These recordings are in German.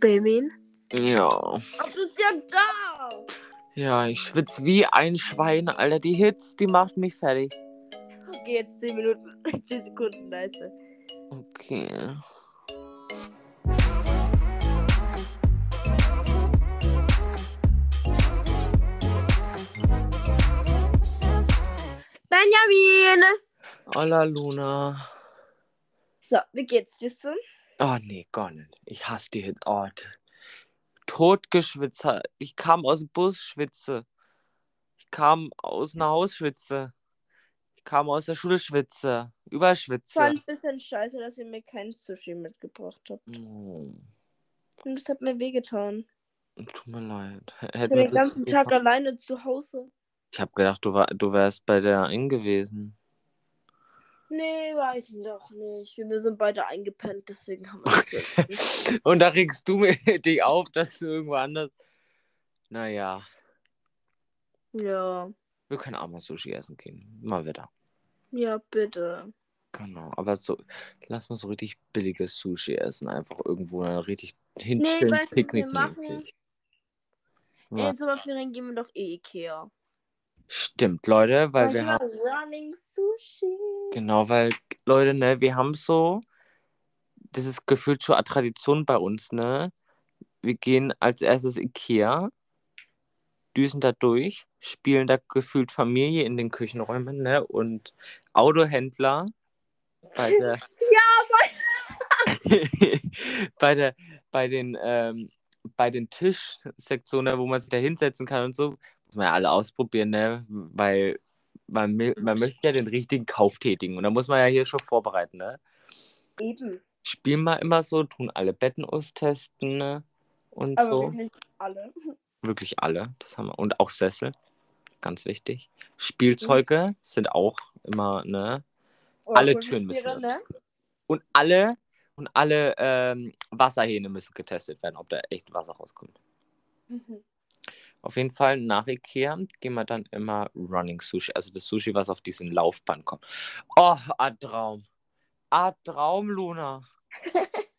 Benjamin? Ja. Ach, du bist ja da. Ja, ich schwitze wie ein Schwein, Alter. Die Hits, die macht mich fertig. Okay, jetzt 10 Minuten, 10 Sekunden, nice. Okay. Benjamin! Hola, Luna. So, wie geht's dir so? Oh, nee, gar nicht. Ich hasse die Hits. Oh, t- Totgeschwitzer. Ich kam aus dem Bus, schwitze. Ich kam aus einer Hausschwitze. Ich kam aus der Schule, schwitze. Ich fand Überschwitze. ein bisschen scheiße, dass ihr mir keinen Sushi mitgebracht habt. Oh, Und das hat mir wehgetan. tut mir leid. Ich Hätten bin wir den das ganzen getan- Tag alleine zu Hause. Ich hab gedacht, du, war, du wärst bei der Ing gewesen. Nee, war ich doch nicht. Wir sind beide eingepennt, deswegen haben wir uns nicht. Und da regst du mir dich auf, dass du irgendwo anders. Naja, Ja, wir können auch mal Sushi essen gehen. Mal wieder. ja, bitte. Genau. Aber so, lass mal so richtig billiges Sushi essen. Einfach irgendwo dann richtig Nee, hinstellen, weißt du, was wir picknickmäßig. Ja. Ja. In Sommerferien gehen wir doch eh Ikea. Stimmt, Leute, weil wir haben. Running Sushi. Genau, weil, Leute, ne, wir haben so. Das ist gefühlt schon eine Tradition bei uns, ne? Wir gehen als erstes Ikea, düsen da durch, spielen da gefühlt Familie in den Küchenräumen, ne? Und Autohändler bei der. Ja, bei der, bei den, ähm, bei den Tischsektionen, wo man sich da hinsetzen kann und so, muss man ja alle ausprobieren, ne? Weil man, mil- man möchte ja den richtigen Kauf tätigen und da muss man ja hier schon vorbereiten, ne? Eben. Spielen wir immer so, tun alle Betten austesten ne? und Aber so. wirklich alle. Wirklich alle, das haben wir. Und auch Sessel, ganz wichtig. Spielzeuge sind auch immer, ne? Oder Alle Türen Kuscheltiere, müssen Ne? Und alle, und alle ähm, Wasserhähne müssen getestet werden, ob da echt Wasser rauskommt. Mhm. Auf jeden Fall nach Ikea gehen wir dann immer Running Sushi, also das Sushi, was auf diesen Laufband kommt. Oh, ein Traum. Ein Traum, Luna.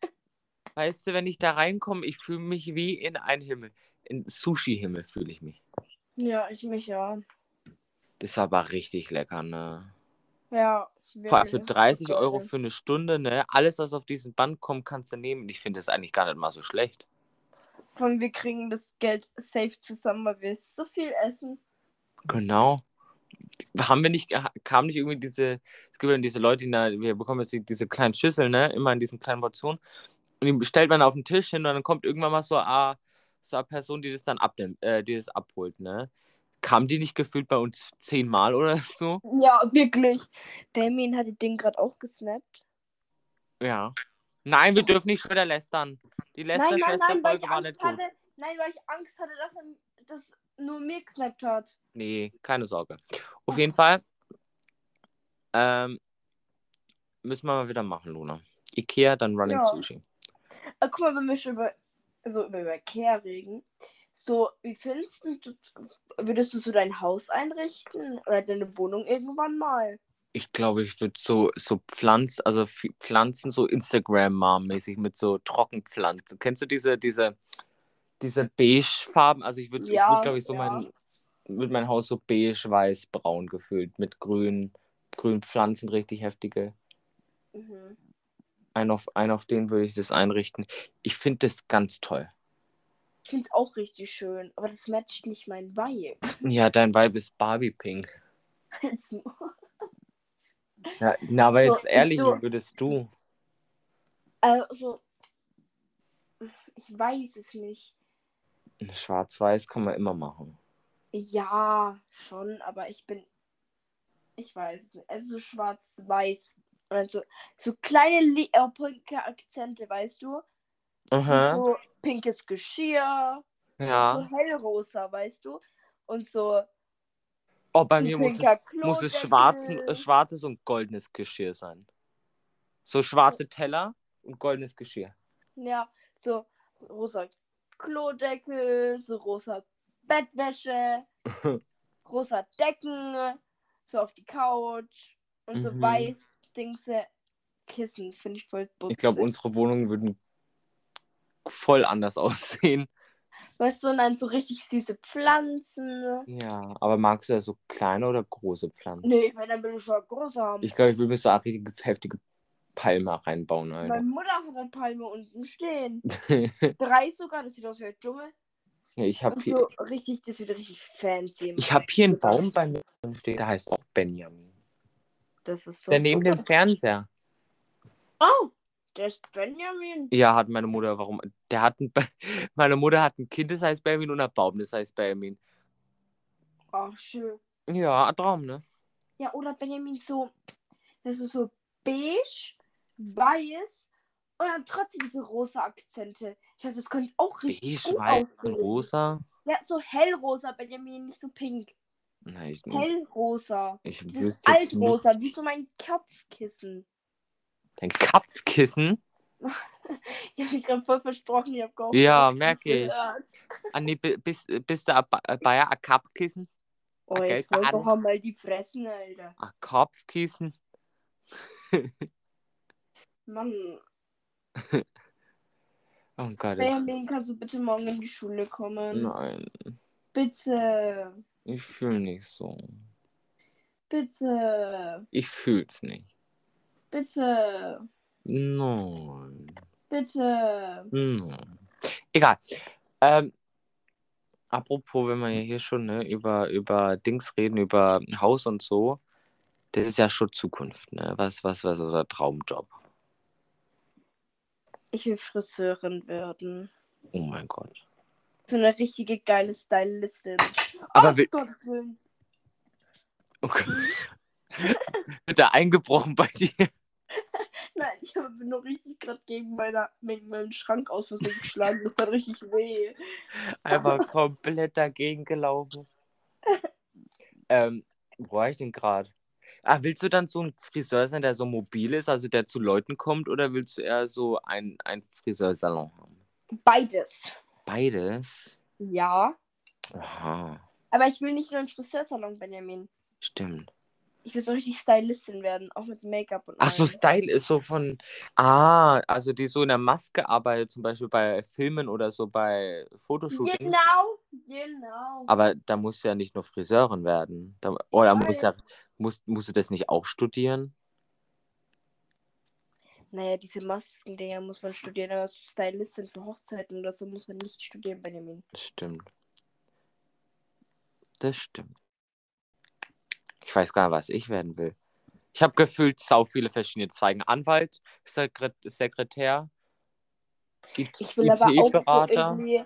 weißt du, wenn ich da reinkomme, ich fühle mich wie in einen Himmel. In Sushi-Himmel fühle ich mich. Ja, ich mich ja. Das war aber richtig lecker, ne? Ja. Vor allem wirklich. für 30 Euro für eine Stunde, ne? Alles, was auf diesen Band kommt, kannst du nehmen. Ich finde das eigentlich gar nicht mal so schlecht. Von wir kriegen das Geld safe zusammen, weil wir so viel essen. Genau. Haben wir nicht, geha- kam nicht irgendwie diese, es gibt ja diese Leute, die da, wir bekommen jetzt die- diese kleinen Schüsseln, ne, immer in diesen kleinen Portionen. Und die stellt man auf den Tisch hin und dann kommt irgendwann mal so eine, so eine Person, die das dann abnimmt, äh, die das abholt, ne. Kam die nicht gefühlt bei uns zehnmal oder so? Ja, wirklich. Damien hat das Ding gerade auch gesnappt. Ja. Nein, wir dürfen nicht schon wieder lästern. Die Nein, nein, nein, weil ich, Lästerschwester-Folge war nicht Angst gut. hatte, nein, weil ich Angst hatte, dass er das nur mir gesnappt hat. Nee, keine Sorge. Auf jeden Fall ähm, müssen wir mal wieder machen, Luna. Ikea, dann Running Ja. Sushi. Äh, guck mal, wenn wir schon über, also über, über Care reden. So, wie findest du, würdest du so dein Haus einrichten oder deine Wohnung irgendwann mal? Ich glaube, ich würde so, so Pflanzen, also f- Pflanzen so Instagram-mäßig mit so Trockenpflanzen. Kennst du diese, diese, diese beigefarben? Also ich würde, so, Ja, würd, glaube ich, so ja. mein, würd mein Haus so beige, weiß, braun gefüllt mit grünen, grünen Pflanzen, richtig heftige. Mhm. Einen auf, einen auf den würde ich das einrichten. Ich finde das ganz toll. Ich finde es auch richtig schön, aber das matcht nicht mein Vibe. Ja, dein Vibe ist Barbie Pink. Also, Ja, na, aber So, jetzt ehrlich, so. wie würdest du? also, ich weiß es nicht. Schwarz-Weiß kann man immer machen. Ja, schon, aber ich bin. Ich weiß es nicht. Also so schwarz-weiß. Also so kleine li- äh, pinke Akzente, weißt du? Aha. So pinkes Geschirr, Ja. so hellrosa, weißt du? Und so Oh, bei ein mir muss pinker es, muss es Klodeckel. schwarzen, äh, schwarzes und goldenes Geschirr sein. So schwarze Teller und goldenes Geschirr. Ja, so rosa Klodeckel, so rosa Bettwäsche, rosa Decken, so auf die Couch und so Mhm. weiß Dingse Kissen, finde ich voll Ich glaube, butzig. unsere Wohnungen würden voll anders aussehen. Weißt du, und dann so richtig süße Pflanzen. Ja, aber magst du ja so kleine oder große Pflanzen? Nee, weil dann will ich schon große haben. Ich glaube, ich würde mir so eine richtige heftige Palme reinbauen, Alter. Meine Mutter hat eine Palme unten stehen. Drei sogar, das sieht aus wie ein Dschungel. Ja, ich habe Und hier, so richtig, das wird richtig fancy. ich hab hier einen Baum bei mir drin stehen, der heißt auch Benjamin. Das ist doch Der neben so- dem Fernseher. Oh, der ist Benjamin. Ja, hat meine Mutter, warum? Der hat ein, meine Mutter hat ein Kind, das heißt Benjamin und ein Baum, das heißt Benjamin. Ach, schön. Ja, ein Traum, ne? Ja, oder Benjamin so, das ist so beige, weiß und dann trotzdem diese rosa Akzente. Ich glaube, das könnte auch richtig Beige, gut weiß und aussehen. rosa. Ja, so hellrosa Benjamin, nicht so pink. Nein, ich, Hellrosa. Hm. ich Dieses wüsste jetzt nicht. altrosa, wie so mein Kopfkissen. Dein Kopfkissen? Ich habe mich gerade voll versprochen, ich habe gehofft. Ja, dass ich merk ich. gehört. Ah, nee, bi- bist, bist du ein Ba- ein Bayer, äh, ein Kopfkissen? Oh, Ah, jetzt gelb wollen baden. doch mal die fressen, Alter. Ein Kopfkissen? Mann, Oh Gott. ich- Benjamin, kannst du bitte morgen in die Schule kommen? Nein, Bitte, ich fühle nicht so. bitte, Ich fühl's nicht. bitte, Nein. bitte. Nein. Egal. Ähm, apropos, wenn wir ja hier schon ne, über, über Dings reden, über Haus und so, das ist ja schon Zukunft, ne? Was, was, was, unser Traumjob. Ich will Friseurin werden. Oh mein Gott. So eine richtige geile Stylistin. Aber oh, will- Gottes Willen. Okay. Oh Wird da eingebrochen bei dir? Nein, ich habe nur richtig gerade gegen meiner, mit meinem Schrank aus Versehen geschlagen. Das hat richtig weh. Einfach komplett dagegen gelaufen. Ähm, wo war ich denn gerade? Ah, willst du dann so ein Friseur sein, der so mobil ist, also der zu Leuten kommt, oder willst du eher so ein, ein Friseursalon haben? Beides. Beides? Ja. Aha, Aber ich will nicht nur einen Friseursalon, Benjamin. stimmt. Ich will so richtig Stylistin werden, auch mit Make-up und Ach so, allem. Style ist so von. Ah, also die so in der Maske arbeitet, zum Beispiel bei Filmen oder so bei Fotoshootings. Genau, genau. Aber da musst du ja nicht nur Friseurin werden. Da, oder musst, ja, Weiß. musst, musst du das nicht auch studieren? Naja, diese Maskendinger muss man studieren, aber so Stylistin für Hochzeiten oder so muss man nicht studieren, Benjamin. Das stimmt. Das stimmt. Ich weiß gar nicht, was ich werden will. Ich habe gefühlt sau viele verschiedene Zweigen. Anwalt, Sekret Sekretär, Ich will aber E auch so ICE-Berater. irgendwie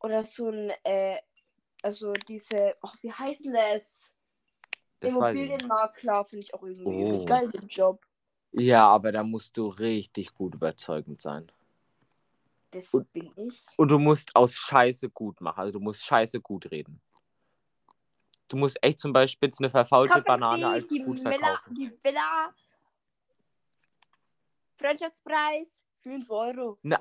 oder so ein, äh, also diese, ach, wie heißen das? Das weiß ich nicht. Immobilienmakler finde ich auch irgendwie Oh. geil, den Job. Ja, aber da musst du richtig gut überzeugend sein. Das Und- bin ich. Und du musst aus Scheiße gut machen. Also du musst Scheiße gut reden. Du musst echt zum Beispiel jetzt eine verfaulte Kaufen Banane Sie als die gut Villa, verkaufen. die Villa Freundschaftspreis 5 Euro. Na,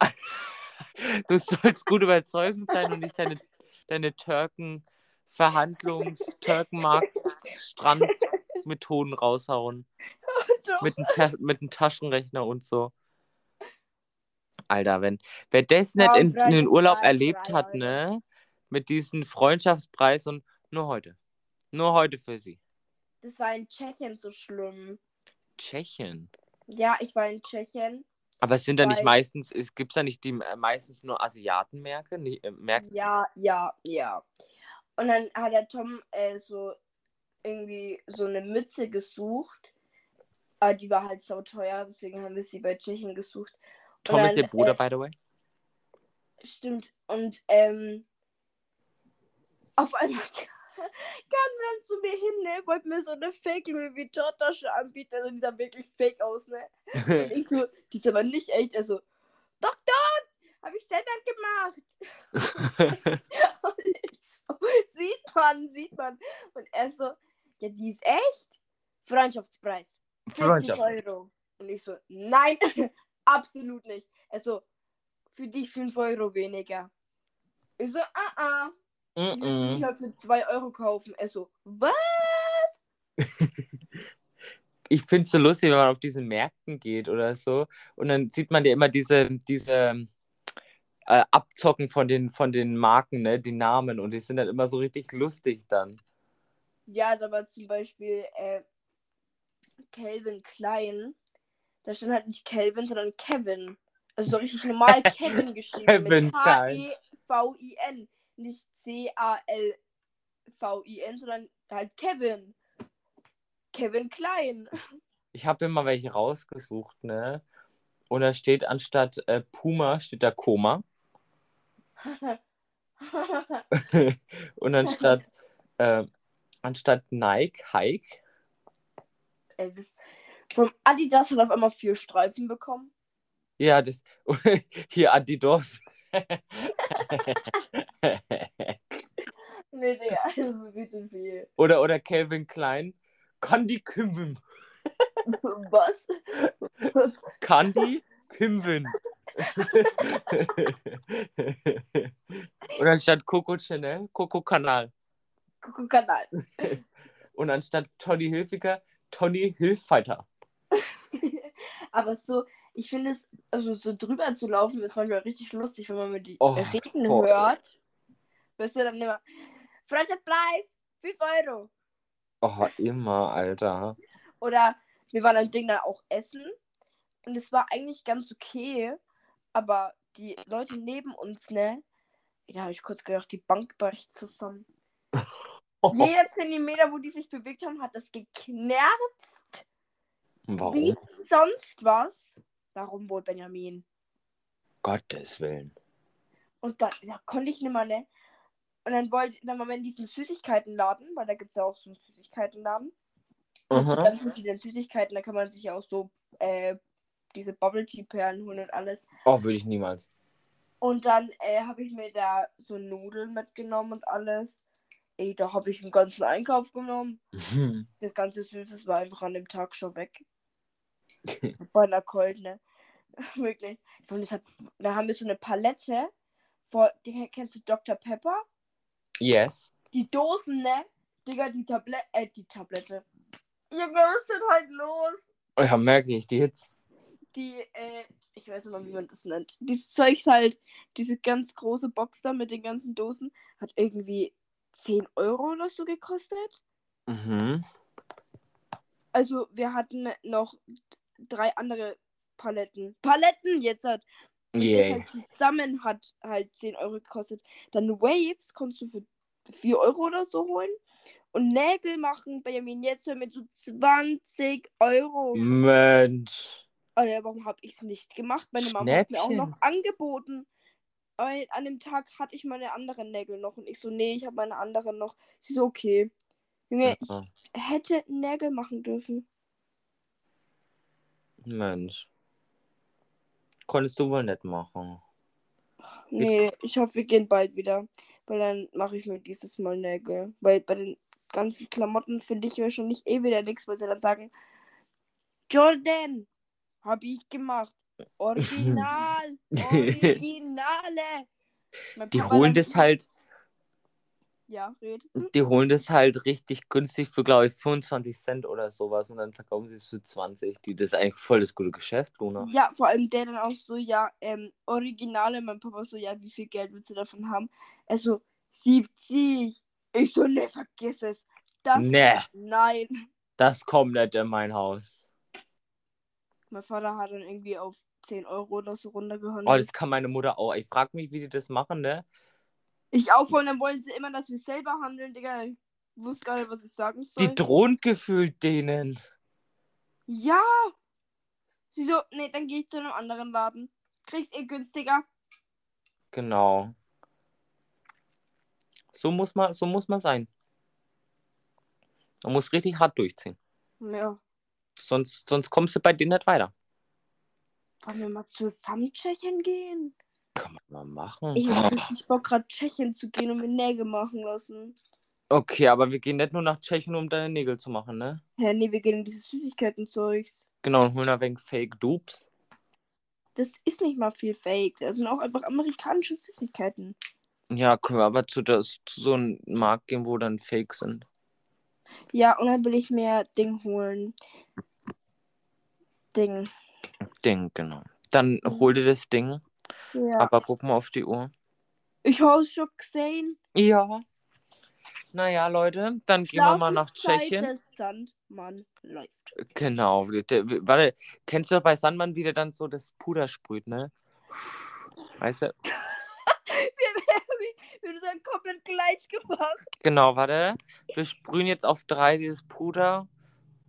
du sollst gut überzeugend sein und nicht deine, deine Türken Verhandlungs, Türkenmarkt, Strandmethoden raushauen. Mit einem, Ta mit einem Taschenrechner und so. Alter, wenn wer das nicht in, in den Urlaub erlebt hat, ne? Mit diesem Freundschaftspreis und nur heute. Nur heute für sie. Das war in Tschechien so schlimm. Tschechien. Ja, ich war in Tschechien. Aber es sind da nicht Weil- meistens, es gibt da nicht die äh, meistens nur Asiatenmärkte? Nee, äh, Märkte? Ja, ja, ja. Und dann hat der Tom äh, so irgendwie so eine Mütze gesucht. Aber die war halt so teuer, deswegen haben wir sie bei Tschechien gesucht. Tom ist dann, der Bruder, äh, by the way. Stimmt. Und ähm, auf einmal kam dann zu mir hin, ne? Wollte mir so eine Fake Louis Vuitton-Tasche anbieten. Also die sah wirklich fake aus, ne? Und ich so, die ist aber nicht echt. Also, doch, doch! Habe ich selber gemacht. Und ich so, sieht man, sieht man. Und er so, ja, die ist echt. Freundschaftspreis. 50 Freundschaft. Euro. Und ich so, nein, absolut nicht. Er so, für dich 5 Euro weniger. Ich so, ah, ah. Mm Ich will sie nicht -mm. mal halt für 2 Euro kaufen. Er so, was? ich finde es so lustig, wenn man auf diesen Märkten geht oder so und dann sieht man ja immer diese, diese äh, abzocken von den, von den Marken, ne? Die Namen. Und die sind dann immer so richtig lustig dann. Ja, da war zum Beispiel äh, Calvin Klein. Da stand halt nicht Calvin, sondern Kevin. Also so richtig normal Kevin geschrieben. Kevin mit E K-E-V-I-N. Nicht C-A-L-V-I-N, sondern halt Kevin. Kevin Klein. Ich habe immer welche rausgesucht, ne? Und da steht anstatt äh, Puma steht da Koma. Und anstatt, äh, anstatt Nike, Hike. Elvis. Vom Adidas hat auf einmal vier Streifen bekommen. Ja, das. Hier Adidas. Nee, nee, also viel zu viel. oder, oder Calvin Klein. Kandi Kimwin. Was? Kandi Kimwin. Und anstatt Coco Chanel, Coco Kanal. Kuckuck-Kanal. Und anstatt Tony Hilfiger, Tony Hilfighter. Aber so, ich finde es, also so drüber zu laufen, ist manchmal richtig lustig, wenn man mir die äh, Oh, Reden voll. hört. Weißt du, dann immer, falscher Preis, 5 Euro. Oh, immer, Alter. Oder wir waren am Ding da auch essen und es war eigentlich ganz okay, aber die Leute neben uns, ne, da habe ich kurz gedacht, die Bank bricht zusammen. Oh. Jeder Zentimeter, wo die sich bewegt haben, hat das geknärzt. Wie Warum? sonst was? Warum wohl, Benjamin? Gottes Willen. Und dann ja, konnte ich nicht mehr, ne? Und dann wollte dann waren wir in diesem Süßigkeitenladen, weil da gibt es ja auch so einen Süßigkeitenladen. Und so Aha. ganz verschiedene Süßigkeiten, da kann man sich ja auch so äh, diese Bubble-Tea-Perlen holen und alles. Oh, würde ich niemals. Und dann äh, habe ich mir da so Nudeln mitgenommen und alles. Ey, da habe ich einen ganzen Einkauf genommen. Mhm. Das ganze Süßes war einfach an dem Tag schon weg. Bei einer Cold, ne? Wirklich. Und das hat, da haben wir so eine Palette. Vor, die, kennst du Dr. Pepper? yes. Die Dosen, ne? Digga, die Tablette. Äh, die Tablette. Junge, was ist denn heute halt los? Oh, ja, merke ich, die Hits. Die, äh, ich weiß nicht mal, wie man das nennt. Dieses Zeugs halt, diese ganz große Box da mit den ganzen Dosen, hat irgendwie 10 Euro oder so gekostet. Mhm. Also, wir hatten noch drei andere Paletten. Paletten jetzt halt. hat. Das Yay. halt zusammen hat halt 10 Euro gekostet. Dann Waves konntest du für 4 Euro oder so holen. Und Nägel machen, Benjamin, jetzt hören wir zu 20 Euro. Mhm. Mensch. Alter, warum habe ich es nicht gemacht? Meine Mama hat es mir auch Schnäppchen. noch angeboten. Weil an dem Tag hatte ich meine anderen Nägel noch. Und ich so, nee, ich habe meine anderen noch. Sie so, okay. Junge, Ja, ich hätte Nägel machen dürfen. Mensch. Konntest du wohl nicht machen. Nee, ich hoffe, wir gehen bald wieder. Weil dann mache ich mir dieses Mal Nägel. Weil bei den ganzen Klamotten finde ich wahrscheinlich eh wieder nichts, weil sie dann sagen: Jordan, habe ich gemacht. Original. Originale. Mein Die Papa holen dann- das halt, Ja, red. die holen das halt richtig günstig für, glaube ich, 25 Cent oder sowas und dann verkaufen sie es für 20. Die, das ist eigentlich voll das gute Geschäft, Luna. Ja, vor allem der dann auch so, ja, ähm, Originale. Mein Papa so, ja, wie viel Geld willst du davon haben? Er so, 70. Ich so, ne, vergiss es. Das, Nee, nein. das kommt nicht in mein Haus. Mein Vater hat dann irgendwie auf 10 Euro oder so runtergehandelt. Oh, das kann meine Mutter auch. Ich frage mich, wie die das machen, ne? ich auch voll, dann wollen sie immer, dass wir selber handeln, Digga. Ich wusste gar nicht, was ich sagen soll. Die drohen gefühlt denen. ja! Sie so, nee, dann gehe ich zu einem anderen Laden. Kriegst ihr günstiger. Genau. So muss man, so muss man sein. Man muss richtig hart durchziehen. Ja. Sonst, sonst kommst du bei denen nicht weiter. Wollen wir mal zusammen Tschechien gehen? Kann man mal machen. Ich hab richtig Bock, gerade Tschechien zu gehen und mir Nägel machen lassen. Okay, aber wir gehen nicht nur nach Tschechien, um deine Nägel zu machen, ne? Hä, nee, wir gehen in dieses Süßigkeiten-Zeugs. Genau, und holen ein wenig Fake Dupes. Das ist nicht mal viel Fake. Das sind auch einfach amerikanische Süßigkeiten. Ja, können wir aber zu, das, zu so einem Markt gehen, wo dann Fake sind. Ja, und dann will ich mir Ding holen. Ding. Mhm. Ding, genau. Dann hol dir das Ding. Ja. Aber guck mal auf die Uhr. Ich hab's schon gesehen. Ja. Naja, Leute, dann gehen wir mal nach Schlafenszeit, Tschechien. Der Sandmann läuft. Genau. Der, der, warte, kennst du bei Sandmann, wie der dann so das Puder sprüht, ne? Weißt du? Wir werden wir sind komplett gleich gemacht. Genau, warte. Wir sprühen jetzt auf drei dieses Puder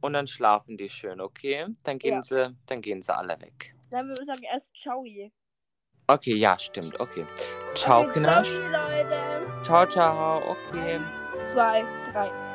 und dann schlafen die schön, okay? Dann gehen Ja. sie, dann gehen sie alle weg. Dann würden wir sagen erst Ciao. Okay, Okay, ja, stimmt. Okay. Ciao, Kinder. Ciao, Leute. Ciao, ciao. Okay. Zwei, drei.